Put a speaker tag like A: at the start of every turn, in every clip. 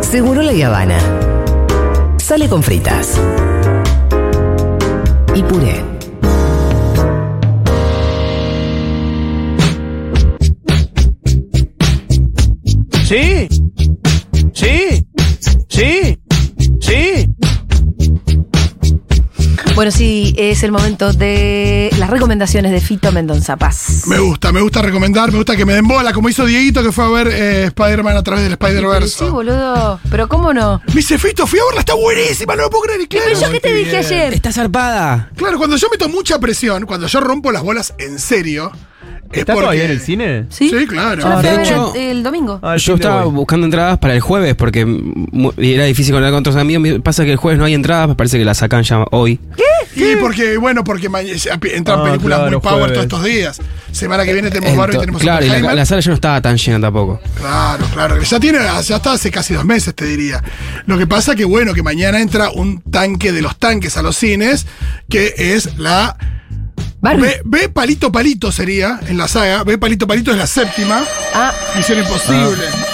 A: Seguro la Habana. Sale con fritas. Y puré.
B: Sí, sí, sí, sí.
C: Bueno, sí, es el momento de las recomendaciones de Fito Mendonza Paz.
D: Me gusta, me gusta recomendar, me gusta que me den bola, como hizo Dieguito que fue a ver eh, Spider-Man a través del
C: Pero
D: Spider-Verse.
C: Sí, boludo. Pero ¿cómo no?
D: Me dice Fito, fui a verla, está buenísima, no lo puedo creer. Y claro,
C: Pero yo qué te dije ayer.
B: Está zarpada.
D: claro, cuando yo meto mucha presión, cuando yo rompo las bolas en serio, es
E: ¿Está
D: porque-
E: todavía en el cine?
C: Sí,
D: Sí, claro.
C: Yo la fui a
E: De
C: ver
E: hecho-
C: el, el domingo.
E: Ah, el
F: Yo
E: fin de
F: estaba
E: hoy.
F: buscando entradas para el jueves porque mu- era difícil contar con otros amigos. Me Pasa que el jueves no hay entradas, me parece que las sacan ya hoy.
D: Y porque, bueno, porque ma- entran
E: Ah,
D: películas
E: claro,
D: muy power
E: jueves.
D: todos estos días. Semana que viene tenemos Barrio y
F: Ento-
D: tenemos
F: claro, y la,
D: Oppenheimer.
F: la sala ya no estaba tan llena tampoco.
D: Claro, claro. Ya tiene, ya está hace casi dos meses, te diría. Lo que pasa que, bueno, que mañana entra un tanque de los tanques a los cines, que es la
C: Barbie.
D: B, B Palito Palito sería en la saga. B Palito Palito es la séptima.
C: Ah,
D: Misión Imposible.
E: Ah.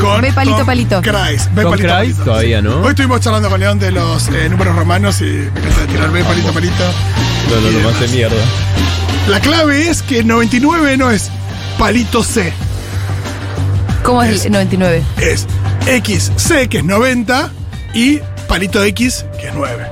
D: Con
C: Ve Palito
D: Tom
C: Palito.
D: Cruise. Ve
E: Uh. Tom
D: Palito
E: Cruise
D: Palito.
E: todavía, ¿no?
D: Hoy estuvimos charlando con León de los eh, números romanos y me encanta tirar B Palito Palito.
E: No, no, lo más de mierda.
D: La clave es que 99 no es Palito C.
C: ¿cómo es el 99?
D: es XC, que es 90, y palito X, que es 9.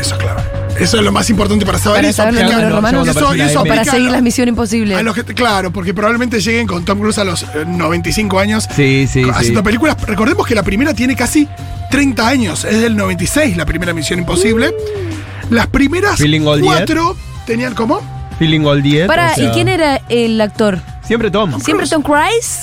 D: Eso es clave. Eso es lo más importante para saber.
C: Para
D: eso
C: saber los
D: aplica-
C: números romanos.
D: y eso- y eso
C: Para
D: aplica
C: seguir
D: a-
C: las misiones imposibles.
D: a los que- claro, porque probablemente lleguen con Tom Cruise a los eh, 95 años
E: Sí, sí,
D: haciendo películas. Recordemos que la primera tiene casi 30 años. Es del 96 la primera Misión Imposible. Las primeras
E: Feeling old yet.
D: cuatro tenían como...
E: Feeling all 10.
C: Para, ¿y quién era el actor?
E: Siempre Tom.
C: ¿Siempre Tom Cruise?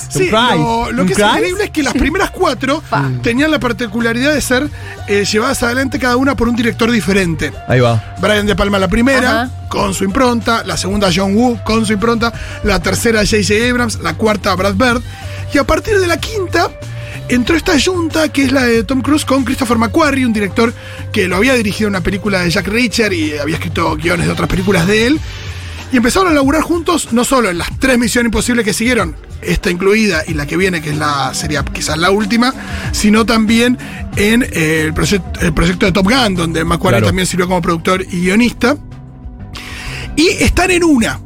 D: Sí,
E: Cruise.
D: lo, lo
E: Un
D: que es
E: Cruise.
D: increíble es que las primeras cuatro
C: Fa.
D: tenían la particularidad de ser eh, llevadas adelante cada una por un director diferente.
E: Ahí va.
D: Brian De Palma la primera,
C: Ajá.
D: con su impronta, la segunda John Woo con su impronta, la tercera J.J. Abrams, la cuarta Brad Bird, y a partir de la quinta entró esta junta que es la de Tom Cruise con Christopher McQuarrie, un director que lo había dirigido una película de Jack Richard y había escrito guiones de otras películas de él, y empezaron a laburar juntos no solo en las tres misiones imposibles que siguieron, esta incluida y la que viene, que es la sería quizás la última, sino también en eh, el, proyect- el proyecto de Top Gun, donde McQuarrie
E: Claro.
D: también sirvió como productor y guionista. Y están en una.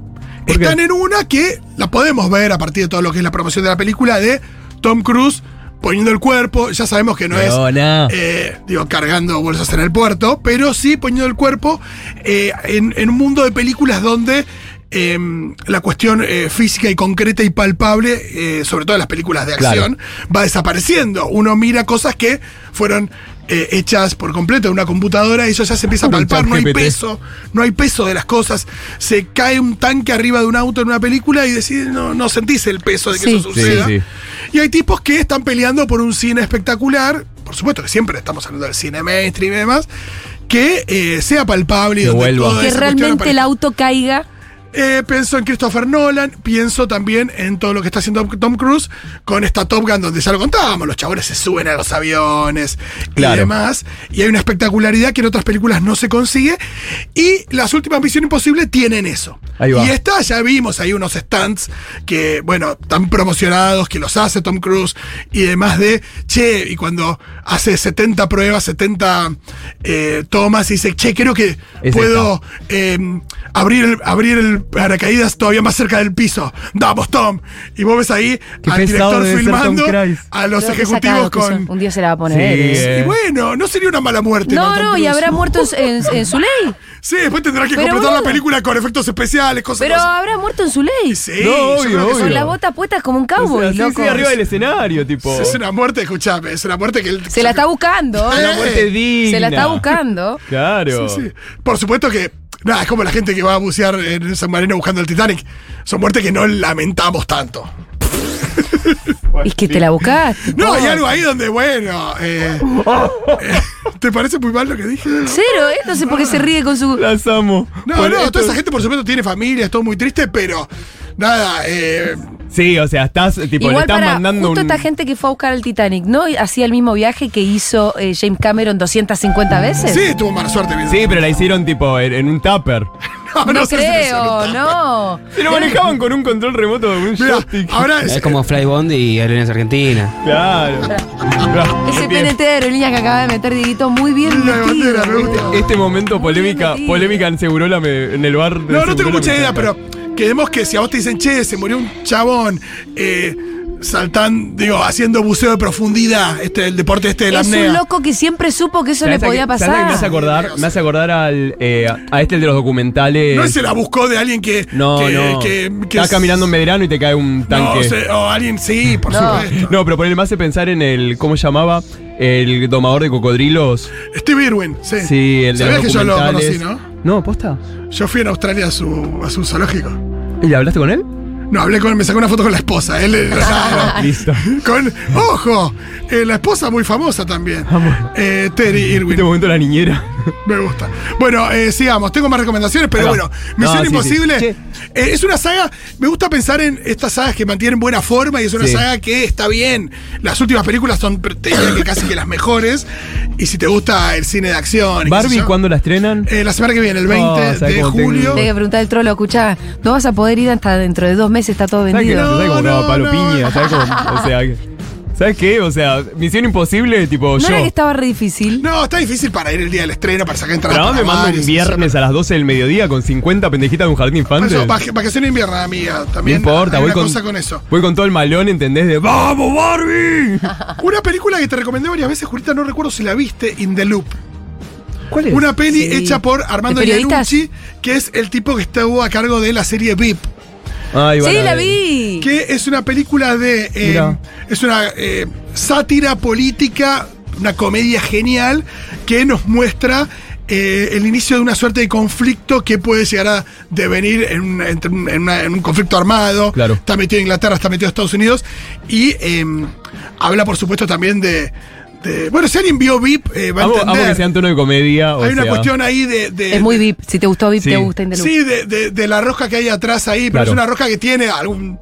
E: ¿Por qué?
D: Están en una que la podemos ver a partir de todo lo que es la promoción de la película de Tom Cruise poniendo el cuerpo. Ya sabemos que no, es
E: No, no.
D: eh, digo, cargando bolsas en el puerto, pero sí poniendo el cuerpo eh, en, en un mundo de películas donde eh, la cuestión eh, física y concreta y palpable, eh, sobre todo en las películas de
E: Claro.
D: acción, va desapareciendo. Uno mira cosas que fueron eh, hechas por completo en una computadora y eso ya se empieza a
E: Un
D: palpar, no hay
E: ChatGPT.
D: peso, no hay peso de las cosas. Se cae un tanque arriba de un auto en una película y decís, no, no sentís el peso de que
C: Sí.
D: eso
E: Sí,
D: suceda.
E: sí.
D: Y hay tipos que están peleando por un cine espectacular, por supuesto que siempre estamos hablando del cine mainstream y demás, que eh, sea palpable y
E: Que
D: donde
E: vuelva.
D: toda
C: Que
D: esa cuestión
C: realmente el
D: aparezca.
C: auto caiga.
D: Eh, pienso en Christopher Nolan, pienso también en todo lo que está haciendo Tom Cruise con esta Top Gun donde ya lo contábamos, los chabones se suben a los aviones y
E: Claro.
D: demás, y hay una espectacularidad que en otras películas no se consigue, y las últimas Misión Imposible tienen eso.
E: Ahí va.
D: Y esta ya vimos ahí unos stands que, bueno, tan promocionados que los hace Tom Cruise y demás de, che, y cuando hace 70 pruebas, 70 eh, tomas y dice, che, creo que
E: Es
D: puedo
E: esta.
D: eh, abrir, el, abrir el paracaídas todavía más cerca del piso. Vamos, Tom. Y vos ves ahí
E: Qué pesado
D: al director
E: debe ser
D: filmando
E: Tom Cruise.
D: a los
C: Creo que
D: ejecutivos
C: sacado que
D: con.
C: eso. Un día se la va a poner.
E: Sí,
C: ¿eh?
E: eh.
D: Y bueno, no sería una mala muerte.
C: No,
D: Tom
C: no, y
D: Cruise?
C: habrá muerto en, en- en su ley.
D: Sí, después tendrá que
C: Pero
D: completar la
C: boludo.
D: película con efectos especiales, cosas
C: Pero
D: cosas.
C: habrá muerto en su ley.
D: Sí,
E: No,
D: yo
E: obvio,
D: creo que
E: obvio.
C: Con la bota puesta como un
E: O
C: cowboy,
E: sea, sí,
C: Ah, loco.
E: sí, arriba del escenario, tipo.
D: Es una muerte, escuchame, es una muerte que él.
C: Se la está buscando.
D: Una muerte
E: digna.
C: Se la está buscando.
E: Claro.
D: Sí, sí. Por supuesto que. Nada, es como la gente que va a bucear en el submarino buscando el Titanic. Son muertes que no lamentamos tanto.
C: Es que te la buscaste.
D: No, hay algo ahí donde, bueno. eh, eh, ¿Te parece muy mal lo que dije?
C: Cero, ¿eh? No sé por qué se ríe con su.
E: Las amo.
D: No,
E: Por
D: no,
E: esto-
D: toda esa gente, por supuesto, tiene familia, es todo muy triste, pero nada, eh,
E: Sí, o sea, estás, tipo, le
C: Igual
E: estás
C: para
E: mandando
C: justo
E: un.
C: esta gente que fue a buscar el Titanic, ¿no? Y Hacía el mismo viaje que hizo eh, James Cameron 250 veces.
D: sí, tuvo mala suerte. bien.
E: Sí, pero la hicieron, tipo, en, en un tupper.
C: No,
D: no sé si
C: creo,
D: resulta.
C: no.
E: Se lo manejaban con un control remoto de un
D: Mira,
E: joystick.
D: ahora eh, es,
F: Es como Fly Bond y Aerolíneas Argentina.
E: Claro.
C: Ese
E: Bien.
C: PNT de aerolínea que acaba de meter Dieguito muy bien
D: La
C: metido.
D: bandera, me gusta.
E: Este momento
C: Muy
E: polémica,
C: bien metido.
E: polémica en Segurola me- en el bar. de
D: No, no tengo
E: Segurola
D: mucha
E: me
D: idea,
E: encanta.
D: pero queremos que si a vos te dicen, che, se murió un chabón, eh, saltan, digo, haciendo buceo de profundidad, este, el deporte este de la
C: Es
D: apnea.
C: un loco que siempre supo que eso le
E: ¿Sabés a
C: podía
E: qué- sabés a qué Me hace
C: pasar.
E: acordar, me hace acordar al, eh, a este el de los documentales.
D: No se la buscó de alguien que.
E: Eh. No,
D: que,
E: no. Estás caminando en Medrano y te cae un
D: No,
E: tanque.
D: se- o alguien, sí, por
C: No.
D: supuesto.
E: No, pero por él me hace pensar en el. ¿Cómo se llamaba? El domador de cocodrilos.
D: Steve Irwin, sí.
E: Sí, el de
D: ¿Sabías
E: los
D: que yo lo
E: documentales.
D: conocí, no?
E: No, posta.
D: Yo fui en Australia a su, a su zoológico.
E: ¿Y hablaste con él?
D: No, hablé con él, me sacó una foto con la esposa. Él era-
E: Listo.
D: Con. ¡Ojo! eh, la esposa muy famosa también.
E: Vamos.
D: Eh, Terry Irwin.
E: Este momento la niñera.
D: Me gusta. Bueno, eh, sigamos. Tengo más recomendaciones, pero
E: Ahí va.
D: bueno, Misión
E: No, sí,
D: Imposible
E: sí.
D: eh, es una saga. Me gusta pensar en estas sagas que mantienen buena forma y es una
E: Sí.
D: saga que está bien. Las últimas películas son pre- te diría que casi que las mejores. Y si te gusta el cine de acción. y qué sé
E: Barbie,
D: yo,
E: ¿cuándo la estrenan?
D: eh, la semana que viene, el 20
E: Oh, ¿sabes
D: de
E: cómo tengo-
D: julio.
C: Tengo que preguntar al trolo, escuchá, no vas a poder ir hasta dentro de dos meses, está todo
E: ¿Sabes qué?
C: vendido.
E: ¿Sabes cómo
D: No,
E: no, Palo
D: no.
E: Piña? ¿Sabes cómo? O sea, que- ¿sabes qué? O sea, Misión Imposible, tipo
C: ¿No
E: yo.
C: era que estaba re difícil?
D: No, está difícil para ir el día del estreno, para sacar entradas.
E: ¿Pero a dónde
D: para
E: mando
D: varios,
E: un
D: etcétera.
E: viernes a las 12 del mediodía con 50 pendejitas de un jardín
D: Por
E: infante?
D: eso, vac- vacaciones de invierno, amiga.
E: No
D: También
E: importa,
D: hay
E: voy
D: una
E: con,
D: cosa con eso.
E: voy con todo el malón, ¿entendés? De ¡Vamos, Barbie!
D: Una película que te recomendé varias veces, Julita, no recuerdo si la viste, In the Loop.
E: ¿Cuál
D: Una peli
C: Sí.
D: hecha por Armando
C: ¿De periodistas?
D: Iannucci, que es el tipo que estuvo a cargo de la serie VIP,
E: Ay,
C: Sí,
E: van a
C: la
E: ver.
C: vi.
D: que es una película de... eh,
E: Mirá.
D: es una eh, sátira política, una comedia genial, que nos muestra eh, el inicio de una suerte de conflicto que puede llegar a devenir en, un- entre un- en una- en un conflicto armado.
E: Claro.
D: Está metido en Inglaterra, está metido en Estados Unidos. Y eh, habla, por supuesto, también de... de- bueno, si alguien vio VIP, eh, va a
E: Amo, amo
D: entender.
E: que sea en tono de comedia. o
D: Hay una
E: sea,
D: cuestión ahí de... de-
C: Es muy VIP. Si te gustó VIP,
E: Sí.
C: te gusta Indeluc.
D: Sí, de, de- de la rosca que hay atrás ahí, pero
E: Claro.
D: es una rosca que tiene algún.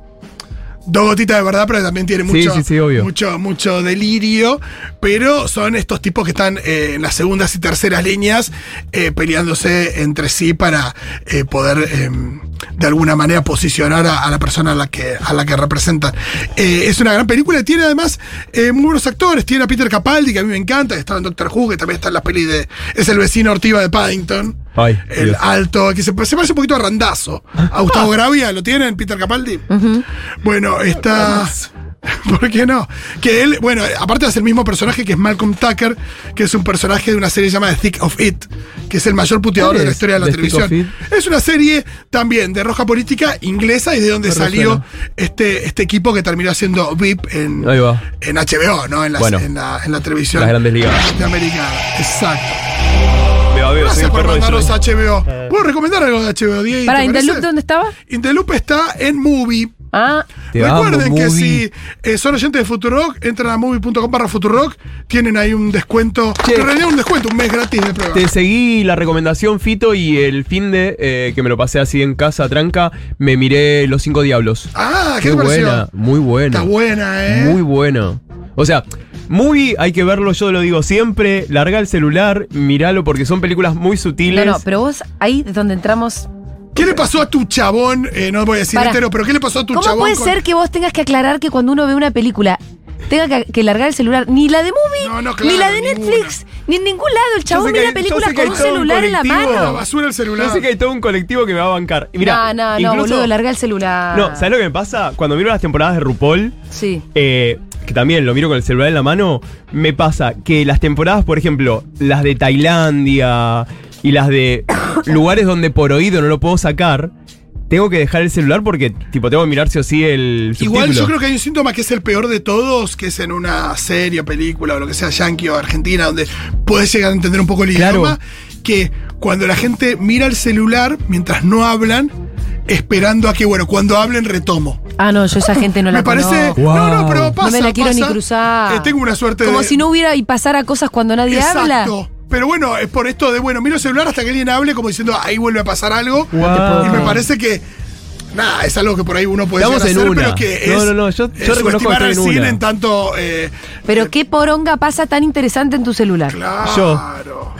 D: Dos gotitas de verdad, pero también tiene
E: Sí,
D: mucho,
E: sí, sí, obvio.
D: mucho, mucho delirio. Pero son estos tipos que están eh, en las segundas y terceras líneas eh, peleándose entre sí para eh, poder eh, de alguna manera posicionar a, a la persona a la que, a la que representan. Eh, es una gran película y tiene además eh, muy buenos actores. Tiene a Peter Capaldi, que a mí me encanta, que estaba en Doctor Who, que también está en las pelis de. Es el vecino Ortiva de Paddington.
E: Ay,
D: El
E: Dios. Ah.
D: alto, que se, se parece un poquito a Randazo. A Gustavo Gravia, ¿lo tienen, Peter Capaldi? Bueno, está. ¿Por qué no? Que él, bueno, aparte hace el mismo personaje que es Malcolm Tucker, que es un personaje de una serie llamada Thick of It, que es el mayor puteador
E: ¿Cuál
D: de la
E: es
D: historia de la
E: The Thick of
D: televisión. Es una serie también de roja política inglesa y de donde
E: Me
D: salió
E: resuena.
D: este, este equipo que terminó haciendo VIP en,
E: Ahí va.
D: en HBO, ¿no? En, las-
E: Bueno.
D: en la, en la televisión
E: Las grandes ligas.
D: de América. Exacto.
E: Me va a ver, soy
D: Gracias
E: el
D: por
E: perro de
D: mandarnos
E: Shrek.
D: a
E: Eh.
D: HBO. ¿Puedo recomendar algo de HBO, Diego?
C: Para
D: ¿Te
C: Indeluc,
D: parece?
C: ¿dónde estaba?
D: Inteloop está en Movie.
C: Ah,
E: Te
D: Recuerden
E: amo,
D: que
E: movie.
D: si eh, son oyentes de Futurock, entran a movie.com barra Futurock, tienen ahí un descuento,
E: Che.
D: en realidad un descuento, un mes gratis de prueba.
E: Te seguí la recomendación, Fito, y el fin de eh, que me lo pasé así en casa, tranca, me miré Los Cinco Diablos.
D: Ah, ¿qué
E: Muy
D: te pareció?
E: buena, muy buena.
D: Está buena, ¿eh?
E: Muy buena. O sea, movie hay que verlo, yo lo digo siempre. Larga el celular, miralo, porque son películas muy
C: no,
E: sutiles.
C: no, pero vos ahí es donde entramos.
D: ¿Qué le pasó a tu chabón? Eh, no voy a decir
C: Pará.
D: entero, pero ¿qué le pasó a tu
C: ¿Cómo
D: chabón?
C: puede
D: con-
C: ser que vos tengas que aclarar que cuando uno ve una película tenga que, que largar el celular? Ni la de Movie,
D: No, no,
C: ni
D: claro,
C: la de
D: ninguna.
C: Netflix, ni en ningún lado. El
E: sé
C: chabón
E: que
C: mira
E: hay- yo
C: películas
E: sé que
C: con
E: hay
C: un
E: todo un
C: celular en la
E: colectivo.
D: La
C: mano.
D: basura el celular.
E: Yo sé que hay todo un colectivo que me va a bancar. Y mirá,
C: no, no, no,
E: incluso-
C: boludo, larga el celular.
E: No, ¿sabes lo que me pasa? Cuando miro las temporadas de RuPaul,
C: Sí.
E: eh, que también lo miro con el celular en la mano, me pasa que las temporadas, por ejemplo, las de Tailandia y las de lugares donde por oído no lo puedo sacar, tengo que dejar el celular porque, tipo, tengo que mirar sí o sí el subtítulo.
D: Igual yo creo que hay un síntoma que es el peor de todos, que es en una serie o película o lo que sea, yankee o argentina, donde puedes llegar a entender un poco el
E: Claro.
D: idioma, que cuando la gente mira el celular mientras no hablan, esperando a que, bueno, cuando hablen retomo.
C: Ah, no, yo esa gente no la
D: me parece...
C: conozco.
E: Wow.
D: No, no, pero pasa,
C: no me la quiero ni
D: pasa.
C: cruzar.
D: Eh, tengo una suerte
C: Como
D: de...
C: si no hubiera y pasara cosas cuando nadie
D: Exacto.
C: habla.
D: Pero bueno, es por esto de, bueno, miro el celular hasta que alguien hable, como diciendo, ahí vuelve a pasar algo.
E: Wow.
D: Y me parece que. Nada, es algo que por ahí uno puede
E: Estamos
D: llegar a
E: en
D: hacer,
E: una.
D: pero que
E: No,
D: es.
E: no, no, yo- yo
D: es
E: reconozco que
D: subestimar
E: estoy
D: al
E: en
D: cine
E: una.
D: en tanto. eh,
C: Pero qué poronga pasa tan interesante en tu celular.
D: claro.
E: Yo.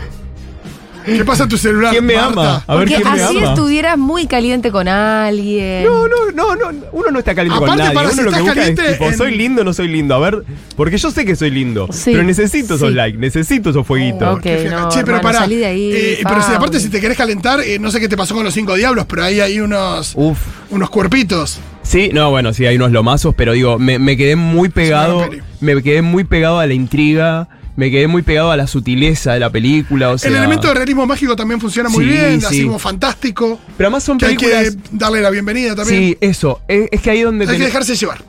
D: ¿Qué pasa en tu celular?
E: ¿Quién me ama?
D: Marta?
E: A ver
C: Porque
E: quién me
C: así
E: ama.
C: estuvieras muy caliente con alguien.
E: No, no, no, no, uno no está caliente con
D: Aparte,
E: nadie.
D: para,
E: Uno
D: si
E: lo que
D: estás
E: busca es
D: caliente
E: tipo,
D: en-
E: soy lindo o no soy lindo. A ver, porque yo sé que soy lindo,
C: Sí,
E: pero necesito esos
C: sí.
E: likes, necesito esos fueguitos.
C: Ok,
D: Qué fiaca.
C: no,
D: che, pero
C: hermano,
D: pará.
C: salí de ahí,
D: Eh, pero si
C: Pablo.
D: aparte, si te querés calentar, eh, no sé qué te pasó con los cinco diablos, pero ahí hay unos,
E: Uf.
D: unos cuerpitos.
E: Sí, no, bueno, sí, hay unos lomazos, pero digo, me, me quedé muy pegado,
D: gran peli.
E: me quedé muy pegado a la intriga, me quedé muy pegado a la sutileza de la película, o sea...
D: El elemento de realismo mágico también funciona muy
E: Sí,
D: bien,
E: sí.
D: así como fantástico.
E: Pero además son
D: Que hay que
E: películas...
D: darle la bienvenida también.
E: Sí, eso, es, es que ahí es donde...
D: Hay que
E: tenés-
D: dejarse llevar.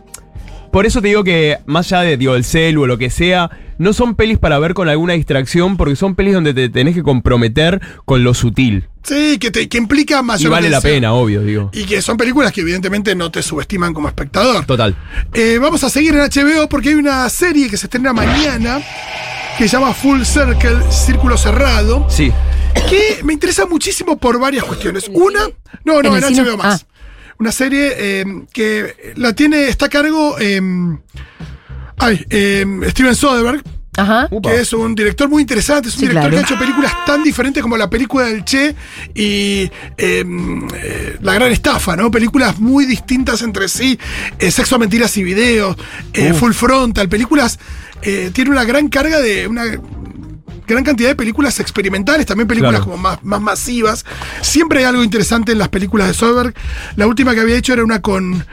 E: Por eso te digo que, más allá de digo, el celu o lo que sea, no son pelis para ver con alguna distracción, porque son pelis donde te tenés que comprometer con lo sutil.
D: Sí, que, te, que implica
E: Y
D: mayor.
E: vale la
D: atención.
E: pena, obvio, digo.
D: Y que son películas que evidentemente no te subestiman como espectador.
E: Total.
D: Eh, vamos a seguir en HBO porque hay una serie que se estrena mañana que se llama Full Circle, Círculo Cerrado,
E: Sí.
D: que me interesa muchísimo por varias cuestiones. Una, no, no,
C: ¿En
D: en,
C: el cine? Ah.
D: HBO más. Una serie eh, que la tiene, está a cargo eh, ay, eh, Steven Soderbergh,
C: Ajá.
E: Upa.
D: que es un director muy interesante, es un
C: Sí,
D: director que
C: claro.
D: ha hecho películas tan diferentes como la película del Che y eh, eh, La Gran Estafa, ¿no? Películas muy distintas entre sí, eh, Sexo, Mentiras y Videos, eh, Full Frontal, películas, eh, tiene una gran carga de una gran cantidad de películas experimentales, también películas
E: Claro.
D: como más, más masivas. Siempre hay algo interesante en las películas de Soderbergh. La última que había hecho era una con...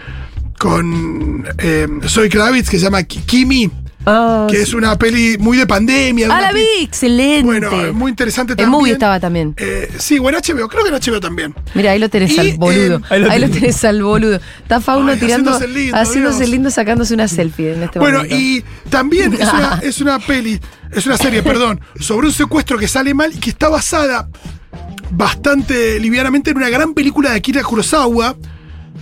D: Con eh, Zoe Kravitz, que se llama Ki- Kimi,
C: Ah,
D: que es una peli muy de pandemia.
C: ah,
D: una
C: la
D: peli-
C: vi, excelente.
D: Bueno, eh, muy interesante
C: El
D: también.
C: movie estaba también.
D: Eh, sí, bueno, HBO, creo que en HBO también.
C: Mira, ahí lo tenés
D: y,
C: al
D: eh,
C: boludo.
E: ahí
C: ahí,
E: lo
C: lo
E: tenés.
C: tenés al boludo. Está Fauno
D: Ay,
C: tirando.
D: haciéndose lindo,
C: haciéndose
D: Dios.
C: lindo, sacándose una selfie en este
D: Bueno,
C: momento.
D: y también es una, es una peli, es una serie, perdón, sobre un secuestro que sale mal y que está basada bastante livianamente en una gran película de Akira Kurosawa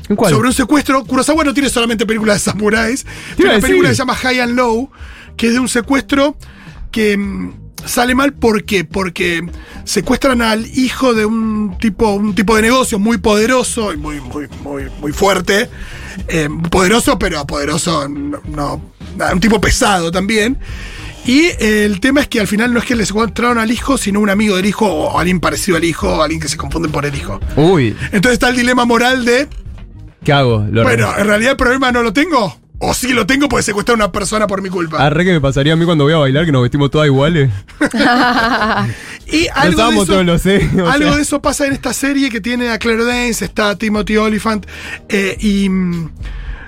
E: ¿En cuál?
D: sobre un secuestro. Kurosawa no tiene solamente películas de samuráis,
E: iba
D: tiene
E: a
D: una
E: decir.
D: película que se llama High and Low, que es de un secuestro que mm, sale mal ¿por qué? porque secuestran al hijo de un tipo, un tipo de negocio muy poderoso y muy, muy, muy, muy fuerte. Eh, poderoso, pero poderoso no, no- nada, un tipo pesado también. Y eh, el tema es que al final no es que le secuestraron al hijo, sino un amigo del hijo, o alguien parecido al hijo, o alguien que se confunde por el hijo.
E: Uy,
D: Entonces está el dilema moral de
E: ¿qué hago? Lo-
D: bueno, en realidad el problema no lo tengo. O sí lo tengo porque secuestré a una persona por mi culpa.
E: Arre Ah, que me pasaría a mí cuando voy a bailar que nos vestimos todas iguales.
D: y algo, de
E: estábamos
D: eso,
E: todos los, eh, o
D: algo
E: sea.
D: de eso pasa en esta serie que tiene a Claire Danes, está Timothy Oliphant eh, y... mm,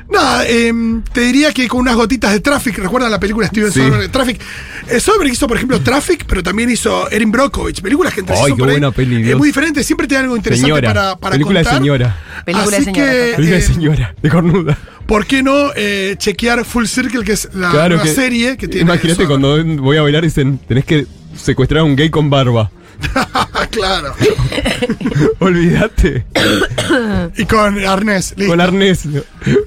D: Nada, em, te diría que con unas gotitas de Traffic, ¿recuerdan la película de Steven
E: Sí.
D: Soderbergh? Traffic. Eh, Soderbergh hizo, por ejemplo, Traffic, pero también hizo Erin Brockovich, películas que entre sí
E: Ay,
D: son
E: qué
D: por ahí,
E: buena peli,
D: eh,
E: Dios.
D: muy diferente, siempre tiene algo interesante
E: Señora,
D: para, para
E: película de
D: contar.
E: señora.
C: Película de
D: Así
C: señora,
D: que,
C: total.
E: Película de
D: em,
E: señora, de cornuda.
D: ¿Por qué no eh, chequear Full Circle, que es la
E: Claro
D: nueva
E: que-
D: serie que tiene?
E: Imagínate
D: eso?
E: cuando voy a bailar dicen, tenés que secuestrar a un gay con barba.
D: claro.
E: Olvídate.
D: Y con Arnés. listo.
E: Con arnés.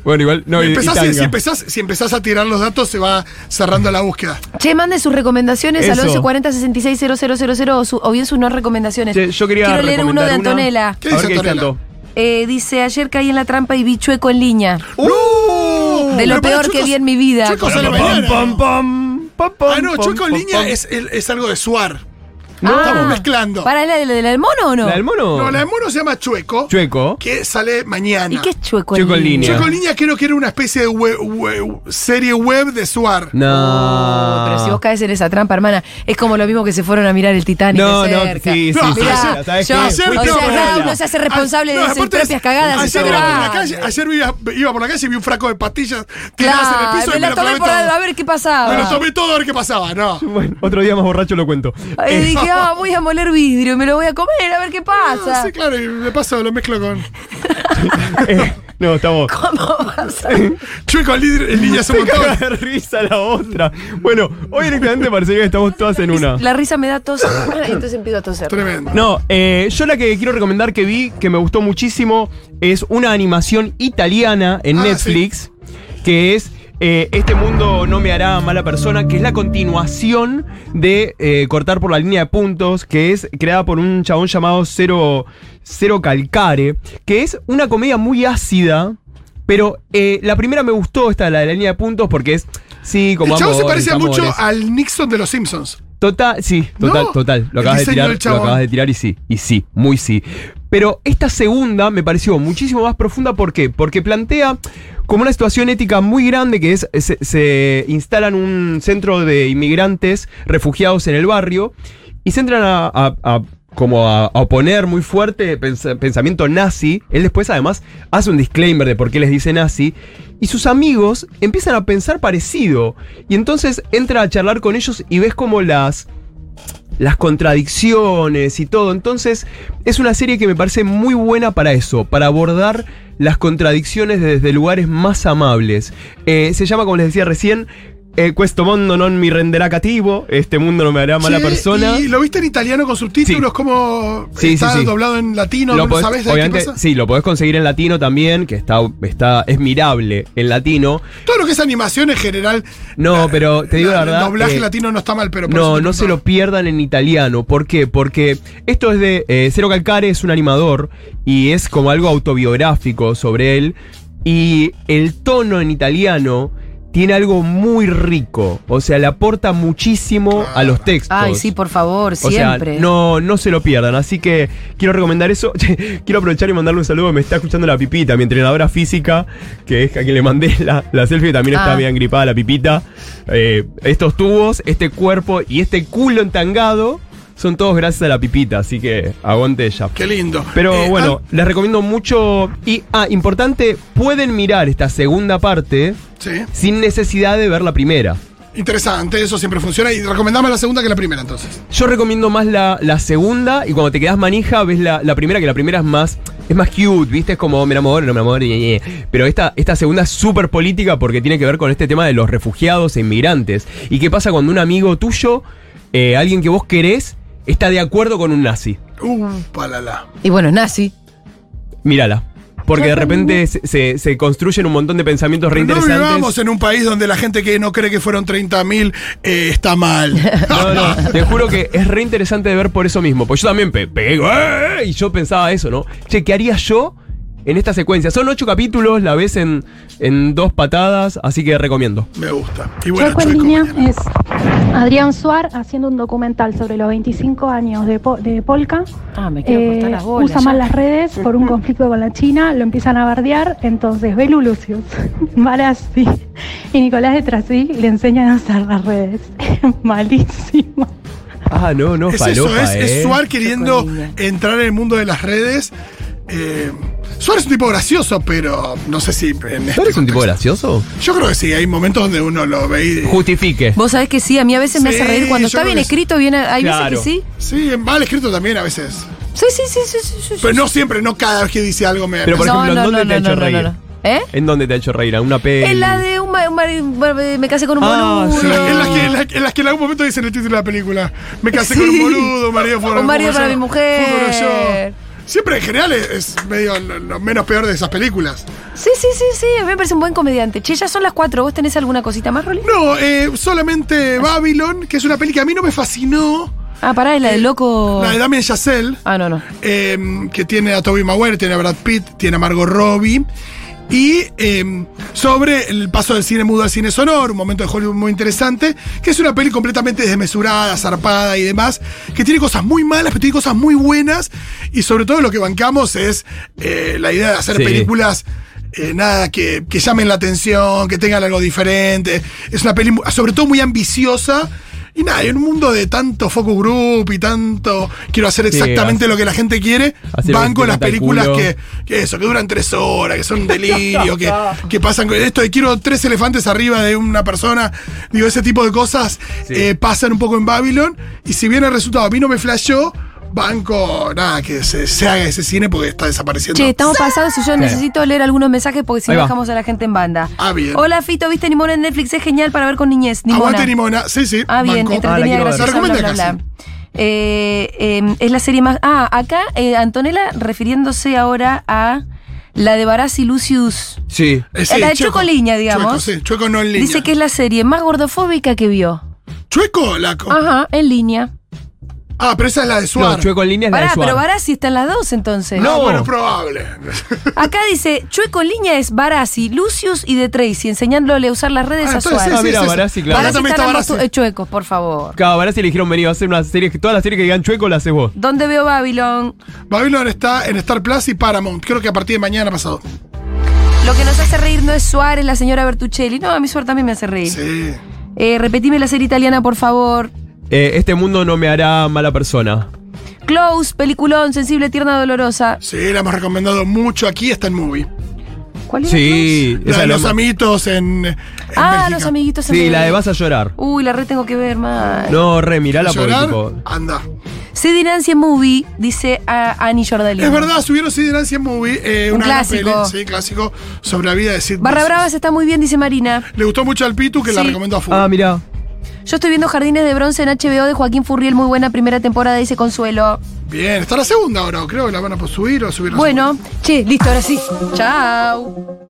E: Bueno, igual. No, y- y
D: Empezás-
E: tanga.
D: si, empezás, si empezás a tirar los datos, se va cerrando la búsqueda.
C: Che, mande sus recomendaciones al
E: Eso.
C: 1140 66 000 o, su- o bien sus no recomendaciones.
E: Che, yo quería
C: Quiero leer uno de
E: recomendar una.
C: Antonella.
D: ¿Qué dice
E: A ver
D: Antonella?
E: tanto.
C: Eh, dice, ayer caí en la trampa y vi chueco en línea.
D: ¡No!
C: Uh, De lo
D: Pero pará,
C: peor que vi en mi vida.
D: Chueco sale
E: Pam,
D: mañana.
E: pam, pam, pam, pam,
D: ah, no,
E: pam,
D: Chueco en
E: pam,
D: línea
E: pam.
D: es, el- es algo de Suar.
C: Ah.
D: estamos mezclando.
C: ¿Para la de la del mono o no?
E: ¿La del mono?
D: No, la Oh, de mono se llama Chueco.
E: Chueco.
D: Que sale mañana.
C: ¿Y qué es chueco,
E: Chueco en
C: en línea?
E: línea.
D: Chueco en línea creo que era una especie de we- we- serie web de Suar.
E: No.
D: Ah.
C: Oh, pero si vos caes en esa trampa, hermana, es como lo mismo que se fueron a mirar el Titanic.
E: No,
C: de
E: no,
C: cerca.
E: sí, sí,
D: No,
E: sí.
D: mirá,
E: sí, ¿sabés
C: yo-
E: qué?
C: o
D: Ayer
E: Fuiste
D: fui
C: sea,
E: por
C: cada
E: bola.
C: uno se hace responsable de sus
D: Ah, aparte,
C: propias cagadas.
D: Ayer,
C: eso
D: iba por la
C: vale.
D: calle, ayer iba, iba por la calle y vi un fraco de pastillas tiradas en el
C: Claro,
D: piso
C: me
D: y
C: la tomé
D: probé
C: por
D: todo.
C: algo, a ver qué pasaba.
D: Me lo tomé todo a ver qué pasaba, no.
E: Bueno, otro día más borracho lo cuento.
C: Y
E: Eh,
C: dije, ah, voy a moler vidrio y me lo voy a comer, a ver qué
D: Ah,
C: pasa.
D: sí, claro, y de paso lo mezclo con.
E: eh, no, estamos.
C: ¿Cómo pasa?
D: Chueco el líder, el niño hace un
E: Se caga
D: montón.
E: de risa la otra. Bueno, hoy directamente parece que estamos todas en una.
C: La risa me da tos, Ah, entonces empiezo a toser.
D: Tremendo.
E: No, eh, yo la que quiero recomendar que vi, que me gustó muchísimo, es una animación italiana en
D: Ah,
E: Netflix, que es eh, Este mundo no me hará mala persona, que es la continuación de eh, Cortar por la línea de puntos, que es creada por un chabón llamado Cero, Cero Calcare, que es una comedia muy ácida, pero eh, la primera me gustó, esta, la de la línea de puntos, porque es... Sí, como
D: el chavo se
E: amores,
D: parece mucho
E: amores.
D: al Nixon de los Simpsons.
E: Total, sí,
D: No,
E: total, total. Lo
D: el
E: acabas de
D: diseño
E: tirar,
D: del
E: lo
D: chabón.
E: acabas de tirar y sí, y sí, muy sí. Pero esta segunda me pareció muchísimo más profunda, ¿por qué? Porque plantea como una situación ética muy grande que es, se, se instalan un centro de inmigrantes refugiados en el barrio y se entran a, a- a- como a, a oponer muy fuerte pens- pensamiento nazi. Él después además hace un disclaimer de por qué les dice nazi. Y sus amigos empiezan a pensar parecido. Y entonces entra a charlar con ellos y ves como las las contradicciones y todo. Entonces, es una serie que me parece muy buena para eso, para abordar las contradicciones desde lugares más amables. Eh, se llama, como les decía recién, eh, Questo mondo non mi renderá cativo, este mundo no me hará mala
D: Che,
E: persona.
D: Y lo viste en italiano con subtítulos,
E: Sí.
D: como
E: Sí,
D: está
E: sí, sí.
D: doblado en latino,
E: Lo
D: no
E: podés-
D: sabes de qué
E: obviamente,
D: pasa.
E: sí, lo podés conseguir en latino también, que está, está, es mirable en latino.
D: Todo lo que es animación en general.
E: No, pero te digo la, verdad.
D: El doblaje
E: eh,
D: latino no está mal, pero por eso
E: No,
D: te
E: no se lo
D: preguntaba.
E: pierdan en italiano. ¿Por qué? Porque esto es de. eh, Cero Calcare es un animador y es como algo autobiográfico sobre él. Y el tono en italiano tiene algo muy rico. O sea, le aporta muchísimo a
D: Ah.
E: los textos.
C: Ay, sí, por favor,
E: O sea,
C: siempre.
E: no, no se lo pierdan. Así que quiero recomendar eso. quiero aprovechar y mandarle un saludo. Me está escuchando la pipita, mi entrenadora física, que es a quien le mandé la, la selfie, que también
C: Ah.
E: está bien gripada la pipita. Eh, estos tubos, este cuerpo y este culo entangado son todos gracias a la pipita. Así que aguante ella.
D: Qué lindo.
E: Pero
D: Eh,
E: bueno, les recomiendo mucho. Y, ah, importante, pueden mirar esta segunda parte
D: ah, sí.
E: sin necesidad de ver la primera.
D: Interesante, eso siempre funciona. Y recomendame la segunda que la primera, entonces.
E: Yo recomiendo más la, la segunda y cuando te quedas manija ves la, la primera, que la primera es más es más cute, ¿viste? Es como "Oh, me enamoro, no me enamoro, ñe, ñe. pero esta, esta segunda es súper política porque tiene que ver con este tema de los refugiados e inmigrantes. ¿Y qué pasa cuando un amigo tuyo, eh, alguien que vos querés, está de acuerdo con un nazi?
D: Uh, palala.
C: Y bueno, nazi.
E: Mírala. Porque de repente se, se- se construyen un montón de pensamientos
D: No
E: reinteresantes.
D: vivamos en un país donde la gente que no cree que fueron 30.000 eh, está mal.
E: No, no, te juro que es re interesante de ver por eso mismo. Pues yo también pe pegué ¡eh! y yo pensaba eso, ¿no? Che, ¿qué haría yo en esta secuencia? Son ocho capítulos, la ves en, en dos patadas, así que recomiendo.
D: Me gusta. Y bueno,
G: Chaco en
D: Chueco,
G: línea
D: mañana.
G: es Adrián Suar haciendo un documental sobre los 25 años de, Po- de Polka.
C: Ah, me quiero cortar
G: Eh,
C: las bolas.
G: usa
C: ya.
G: mal las redes por un conflicto con la China, lo empiezan a bardear, entonces Belu Lucius, Barassi y Nicolás de Trasí le enseñan a usar las redes. Malísimo.
E: Ah, no, no,
D: Es eso,
E: falopa,
D: es, es
E: eh.
D: Suar queriendo
C: Chaco en línea.
D: entrar en el mundo de las redes. Eh, Suar es un tipo gracioso, pero no sé si. En
E: ¿No
D: este
E: eres un tipo
D: contexto.
E: gracioso?
D: Yo creo que sí, hay momentos donde uno lo ve y.
E: Justifique.
C: Vos sabés que sí, a mí a veces me
D: Sí,
C: hace reír. Cuando
D: yo
C: está
D: creo
C: bien
D: que sí.
C: escrito, bien, hay
E: Claro.
C: veces que sí.
D: Sí, mal escrito también a veces.
C: Sí, sí, sí, sí, sí, sí, sí.
D: Pero no siempre, no cada vez que dice algo me.
E: Pero por
C: No,
E: ejemplo, ¿en
C: no,
E: dónde
C: no,
E: te ha
C: no,
E: hecho
C: no, no,
E: reír?
C: no. ¿Eh?
E: ¿En dónde te ha hecho reír? ¿A una peli?
C: Es la de un, ma- un mari- bar- me casé con un
E: Em. Ah,
C: boludo.
E: sí.
D: en, las que, en las que- en las que en algún momento dicen el título de la película. Me casé con un
C: Sí.
D: boludo, un marido para
C: Un marido para mi mujer.
D: Siempre en general es, es medio lo, lo menos peor de esas películas.
C: Sí, sí, sí, sí. A mí me parece un buen comediante. Che, ya son las cuatro. ¿Vos tenés alguna cosita más, Rolly?
D: No, eh, solamente Babylon, que es una peli que a mí no me fascinó.
C: Ah, pará, es la del loco.
D: La de Damien Chazelle.
C: Ah, no, no.
D: eh, que tiene a Toby Maguire, tiene a Brad Pitt, tiene a Margot Robbie. Y eh, sobre el paso del cine mudo al cine sonoro, un momento de Hollywood muy interesante, que es una peli completamente desmesurada, zarpada y demás, que tiene cosas muy malas, pero tiene cosas muy buenas, y sobre todo lo que bancamos es eh, la idea de hacer
E: Sí.
D: películas, eh, nada, que, que llamen la atención, que tengan algo diferente. Es una peli mu- sobre todo muy ambiciosa, y nada, en un mundo de tanto focus group y tanto quiero hacer
E: Sí,
D: exactamente
E: así-
D: lo que la gente quiere,
E: así lo
D: van con
E: que
D: las
E: te
D: películas
E: calculo.
D: que, que eso, que duran tres horas, que son un delirio, que, que pasan con esto de quiero tres elefantes arriba de una persona, digo, ese tipo de cosas
E: Sí.
D: eh, pasan un poco en Babylon, y si bien el resultado a mí no me flashó, banco, nada, que se, se haga ese cine porque está desapareciendo.
C: Che, estamos pasados y yo
E: Claro.
C: necesito leer algunos mensajes porque si
E: Ahí
C: no
E: va.
C: dejamos a la gente en banda.
D: Ah, bien.
C: Hola, Fito, ¿viste Nimona en Netflix? Es genial para ver con niñez. Nimona.
D: Aguante Nimona, sí, sí,
C: Ah, bien,
D: banco.
E: Ah, la
C: entretenida,
E: quiero ver.
D: La
C: graciosa, bla,
D: recomienda
C: bla,
D: casi.
C: bla. Eh, eh, es la serie más... Ah, acá eh, Antonella refiriéndose ahora a la de Barassi Lucius.
E: Sí.
D: Eh, sí,
C: la de
D: Chueco.
C: Chocoliña, digamos.
D: Chueco, sí, Chueco no en línea.
C: Dice que es la serie más gordofóbica que vio.
D: Chueco, la co-
C: Ajá, en línea.
D: Ah, pero esa es la de Suar.
E: No, Chueco en línea es la de
C: Pará,
E: Suar.
C: pero Barassi está en las dos entonces.
D: No,
E: No.
D: bueno, es probable.
C: Acá dice, Chueco en línea es Barassi, Lucius y de Tracy, enseñándole a usar las redes
D: Ah,
C: a
D: entonces
C: Suárez.
E: Ah, mira, Barassi, claro.
D: Acá
C: Barassi
D: también
C: están
D: está
C: ambos
D: Barassi.
C: tu- eh, chuecos, por favor.
E: Claro, ahora sí le dijeron venido a hacer una serie, todas las series que digan chueco las haces vos.
C: ¿Dónde veo Babylon?
D: Babylon está en Star Plus y Paramount. Creo que a partir de mañana pasado.
C: Lo que nos hace reír no es Suárez, la señora Bertuccelli. No, a mí Suárez también me hace reír.
D: Sí.
C: Eh, repetime la serie italiana, por favor.
E: Eh, este mundo no me hará mala persona.
C: Close, peliculón, sensible, tierna, dolorosa.
D: Sí, la hemos recomendado mucho aquí. Está en movie.
C: ¿Cuál era
E: Sí,
D: La
E: esa
D: de
E: la
D: los
E: hemos-
D: amitos en. en
C: Close? Ah,
D: Bélgica.
C: los amiguitos. se
E: Sí,
C: me-
E: la de vas a llorar.
C: Uy, la re tengo que ver, mal.
E: No, re, mirala porque
D: Llorar,
E: tipo.
D: anda.
C: Sedi Nancy en Movie, dice a Annie Jordalino.
D: Es verdad, subieron Sid Nancy en Movie, eh,
C: Un
D: una gran
C: clásico.
D: peli, sí, clásico, sobre la vida de Sid.
C: Barra
D: Vicious.
C: Bravas está muy bien, dice Marina.
D: Le gustó mucho al Pitu, que la
C: Sí.
D: recomendó a full.
E: Ah, mirá.
C: Yo estoy viendo Jardines de Bronce en HBO de Joaquín Furriel, muy buena primera temporada, dice Consuelo.
D: Bien, está la segunda ahora, creo que la van a subir o subir la
C: Bueno, che, listo, ahora sí. Chao.